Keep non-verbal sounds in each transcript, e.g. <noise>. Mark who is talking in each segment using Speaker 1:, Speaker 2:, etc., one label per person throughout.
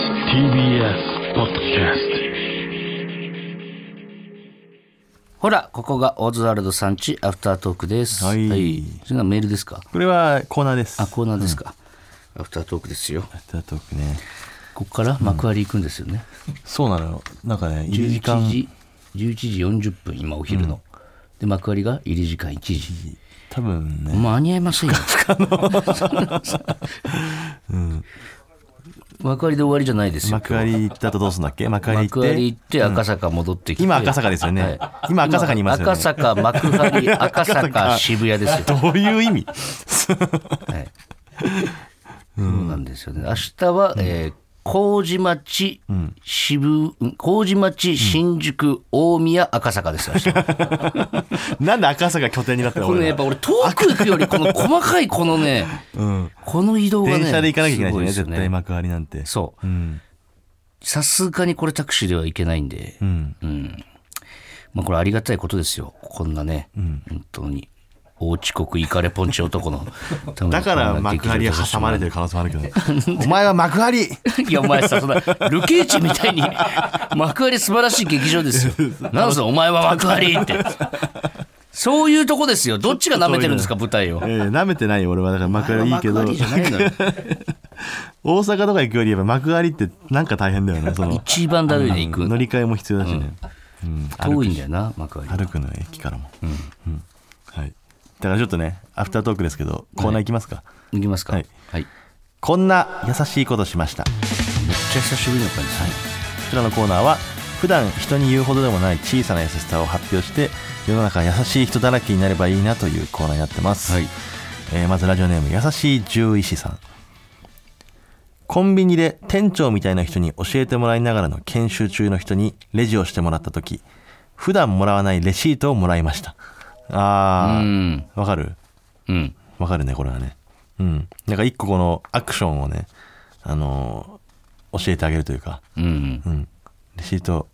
Speaker 1: TBS ポッドキャス
Speaker 2: ほら、ここがオズワルドさんちアフタートークです。
Speaker 3: はい
Speaker 2: それがメールですか
Speaker 3: これはコーナーです。
Speaker 2: あ、コーナーですか。アフタートークですよ。
Speaker 3: アフタートークね。
Speaker 2: ここから幕張行くんですよね。
Speaker 3: そうなの。なんかね、入り時間
Speaker 2: 11、時、11時40分、今お昼の。で、幕張が入り時間1時。
Speaker 3: 多分ね、
Speaker 2: 間に合いません <laughs> よ。幕張で終わりじゃないですよ。
Speaker 3: 幕張行ったとどうすんだっけ幕張行って。
Speaker 2: 幕張行って赤坂戻ってきて、
Speaker 3: 今赤坂ですよね今赤坂にいますよね
Speaker 2: 赤坂幕 <laughs> 張赤坂渋谷ですよ
Speaker 3: どういう意味
Speaker 2: はい、そうなんですよね明日は、えー麹町、渋うん麹町新宿、大宮赤坂です明日
Speaker 3: <laughs> なんで赤坂拠点になったの
Speaker 2: このやっぱ俺遠く行くよりこの細かいこのね、この移動がね
Speaker 3: 電車で行かなきゃいけないしね、
Speaker 2: すご
Speaker 3: 絶
Speaker 2: ですよ
Speaker 3: 対幕張なんて。
Speaker 2: そう
Speaker 3: うん。
Speaker 2: さすがにこれタクシーでは行けないんで、
Speaker 3: うん。
Speaker 2: まあ、これありがたいことですよこんなね、本当に大遅刻イカレポンチ男のため
Speaker 3: <laughs>
Speaker 2: に
Speaker 3: だから
Speaker 2: こんな劇
Speaker 3: 幕
Speaker 2: 場
Speaker 3: 張
Speaker 2: で
Speaker 3: 挟まれてる可能性もあるけど。お前は幕
Speaker 2: <laughs>
Speaker 3: 張
Speaker 2: いや、お前さ、そんな、ルケーチみたいに、幕張素晴らしい劇場ですよ。なんすお前は幕張って。そういうとこですよ。どっちが舐めてるんですか、舞台を
Speaker 3: え。ー、舐めてないよ俺はだから幕張いいけど
Speaker 2: 幕張じゃないのよ。
Speaker 3: 大阪とか行くよりやっぱ幕張ってなんか大変だよねその
Speaker 2: 一番だるいで行
Speaker 3: 乗
Speaker 2: く。
Speaker 3: り換えも必要だしね、うん
Speaker 2: 遠いんだよな、幕張。
Speaker 3: 歩くのよ駅からも、うんはい、だからちょっとねアフタートークですけどコーナー行きますか、
Speaker 2: 行きますか。は
Speaker 3: はいい。
Speaker 2: めっ
Speaker 3: こんな優しいことしましたこ
Speaker 2: ちゃ久しぶりの感じですね。
Speaker 3: ちらのコーナーは普段人に言うほどでもない小さな優しさを発表して世の中優しい人だらけになればいいなというコーナーになってます、
Speaker 2: はい
Speaker 3: えーまずラジオネーム優しい獣医師さんコンビニで店長みたいな人に教えてもらいながらの研修中の人にレジをしてもらった時普段もらわないレシートをもらいましたあ
Speaker 2: うん。
Speaker 3: ーわかる
Speaker 2: うん。
Speaker 3: わかるねこれはねうんなんか一個このアクションをねあのー教えてあげるというか
Speaker 2: うん。
Speaker 3: うんレシート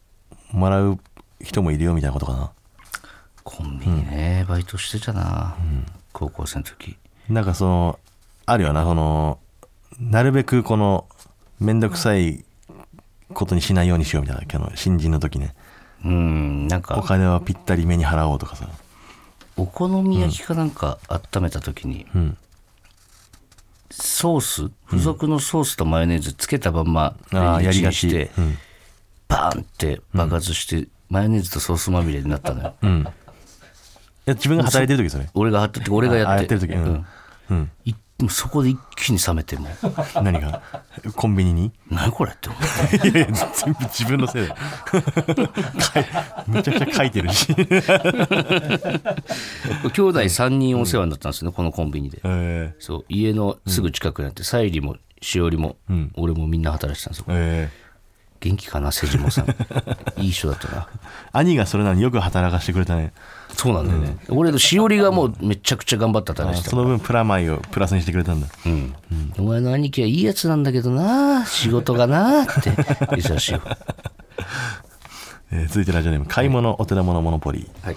Speaker 3: もらう人もいるよみたいなことかな
Speaker 2: コンビニね、バイトしてたな。高校生の時。
Speaker 3: なんかそのあるよなそのなるべくこの面倒くさいことにしないようにしようみたいなあの新人の時ね
Speaker 2: うん。なん
Speaker 3: お
Speaker 2: か、
Speaker 3: 金はぴったり目に払おうとかさ
Speaker 2: お好み焼きかなんか温めた時に、
Speaker 3: うん
Speaker 2: ソース付属のソースとマヨネーズつけたまんま
Speaker 3: ああやりが
Speaker 2: レンチ
Speaker 3: ち
Speaker 2: ンして
Speaker 3: うん
Speaker 2: バーンって爆発して、マヨネーズとソースまみれになったのよ、
Speaker 3: うんいや自分が働いてる時それ
Speaker 2: 俺が貼ってて俺がやって
Speaker 3: あやってる時うんうん
Speaker 2: いもうそこで一気に冷めてもう
Speaker 3: 何がコンビニ <laughs> に
Speaker 2: 何これって思って
Speaker 3: いやいや全部自分のせいだよ <laughs> かいめちゃくちゃ書いてる <laughs> し、
Speaker 2: 兄弟3人お世話になったんですよね、このコンビニで
Speaker 3: え
Speaker 2: そう家のすぐ近くにあって、さゆりもしおりも、
Speaker 3: ん
Speaker 2: 俺もみんな働いてたんですよ
Speaker 3: ーえ
Speaker 2: 元気かな瀬島
Speaker 3: <laughs>
Speaker 2: さんいい人だったな
Speaker 3: ー兄がそれなのによく働かしてくれたね
Speaker 2: そうなんだよね、俺のしおりがもうめちゃくちゃ頑張った働いてた
Speaker 3: その分プラマイをプラスにしてくれたんだ
Speaker 2: うんお前の兄貴はいいやつなんだけどな仕事がな <laughs> って言ってたらしいよ
Speaker 3: えー続いてラジオネーム買い物お手玉のモノポリー
Speaker 2: はい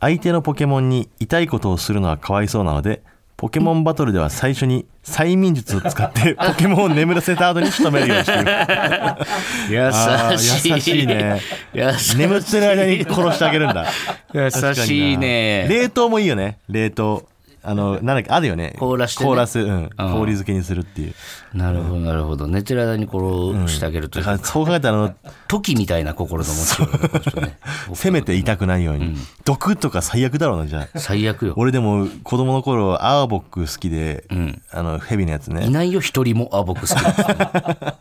Speaker 3: 相手のポケモンに痛いことをするのはかわいそうなのでポケモンバトルでは最初に催眠術を使って
Speaker 2: <laughs>
Speaker 3: ポケモンを眠らせた後に仕留めるようにしている
Speaker 2: 優しい
Speaker 3: あー優しいね
Speaker 2: 優しい
Speaker 3: 眠ってる間に殺してあげるんだ
Speaker 2: 優
Speaker 3: 確かにな
Speaker 2: しいね
Speaker 3: 冷凍もいいよね冷凍あのなんだっけあるよね
Speaker 2: 凍らしてね
Speaker 3: 凍らす、うん、氷漬けにするっていう
Speaker 2: <laughs> なるほどなるほど寝てる間にこれをしてあげるとい
Speaker 3: だ
Speaker 2: う、
Speaker 3: からそう考えたらあの
Speaker 2: 時みたいな心の持ちようだねこの人ね
Speaker 3: せめて痛くないように、毒とか最悪だろうなじ
Speaker 2: <laughs>
Speaker 3: ゃあ
Speaker 2: <laughs> 最悪よ
Speaker 3: 俺でも子供の頃アーボック好きで、あのヘビのやつね
Speaker 2: いないよ一人もあ僕 <laughs> 好きだった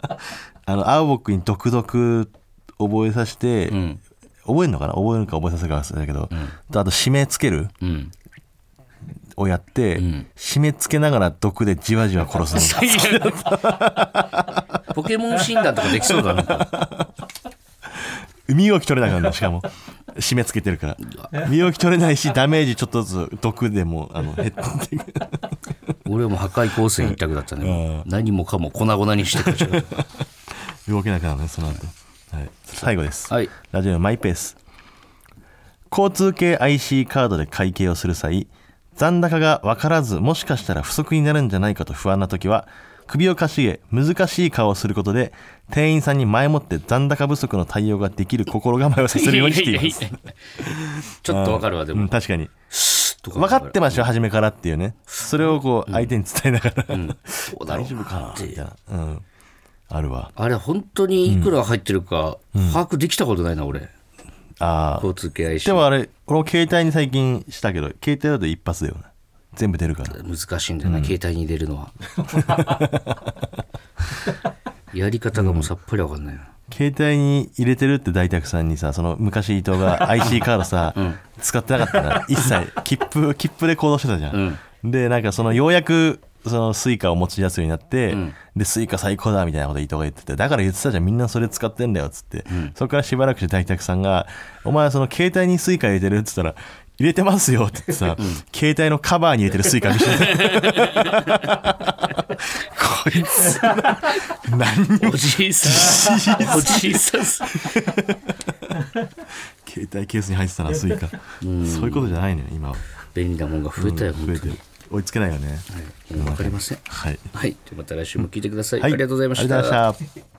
Speaker 3: あの、アウボックに独特覚えさせて、覚えるのかな覚えるか覚えさせるか忘れたけど、とあと締め付ける
Speaker 2: うん
Speaker 3: をやって、締め付けながら毒でじわじわ殺
Speaker 2: <laughs>
Speaker 3: すの。
Speaker 2: <laughs> ポケモン診断とかできそうだな
Speaker 3: 身動き取れなくなるの、しかも。締め付けてるから。身動き取れないし、ダメージちょっとずつ毒でもう、あの、減っていく。
Speaker 2: <laughs> 俺はもう破壊光線一択だったね、何もかも粉々にしてくれち <laughs> ゃう
Speaker 3: 動けなくなるね、その後。はい、最後です。
Speaker 2: はい
Speaker 3: ラジオマイペース交通系 IC カードで会計をする際残高が分からずもしかしたら不足になるんじゃないかと不安な時は首をかしげ難しい顔をすることで店員さんに前もって残高不足の対応ができる心構えをさせるように <laughs> しています
Speaker 2: <laughs> ちょっとわかるわ、で
Speaker 3: う
Speaker 2: も
Speaker 3: ん。確かに
Speaker 2: とか
Speaker 3: 分かってましたよ初めからっていうねそれをこう相手に伝えながら、
Speaker 2: そうだろ
Speaker 3: 大
Speaker 2: う
Speaker 3: 丈夫かな
Speaker 2: なって
Speaker 3: みたいな、うん、あるわ
Speaker 2: あれ、本当にいくら入ってるか、把握できたことないな、俺。
Speaker 3: あー
Speaker 2: 交通系 IC
Speaker 3: で。もあれ俺も携帯に最近したけど携帯だと一発だよね全部出るから
Speaker 2: 難しいんだよな、携帯に入れるのは。 <laughs> やり方がもうさっぱりわかんないな。
Speaker 3: 携帯に入れてるって大拓さんにさその昔伊藤 <laughs> が IC カードさ、使ってなかったから <laughs> 一切切符切符で行動してたじゃん、でなんかそのようやくそのスイカを持ち出すようになって、でスイカ最高だみたいなこと伊藤が言っててだから言ってたじゃんみんなそれ使ってんだよっつって、そこからしばらくして大拓さんが「お前その携帯にスイカ入れてる?」っつったら「入れてますよ」って言ってさ、携帯のカバーに入れてるスイカ見 <laughs> せてこいつ何にも
Speaker 2: おじいさん。おじいさん。
Speaker 3: 携帯ケースに入ってたなスイ
Speaker 2: <laughs>
Speaker 3: カそういうことじゃないのよ今は
Speaker 2: 便利なもんが増えたよ、
Speaker 3: 増え
Speaker 2: 本
Speaker 3: て
Speaker 2: 当
Speaker 3: る
Speaker 2: に。
Speaker 3: 追いつけないよね
Speaker 2: もうわかりません。
Speaker 3: はい
Speaker 2: はい。じゃあまた来週も聞いてください。
Speaker 3: はい
Speaker 2: ありがとうございまし
Speaker 3: あ
Speaker 2: た。
Speaker 3: りがとうございました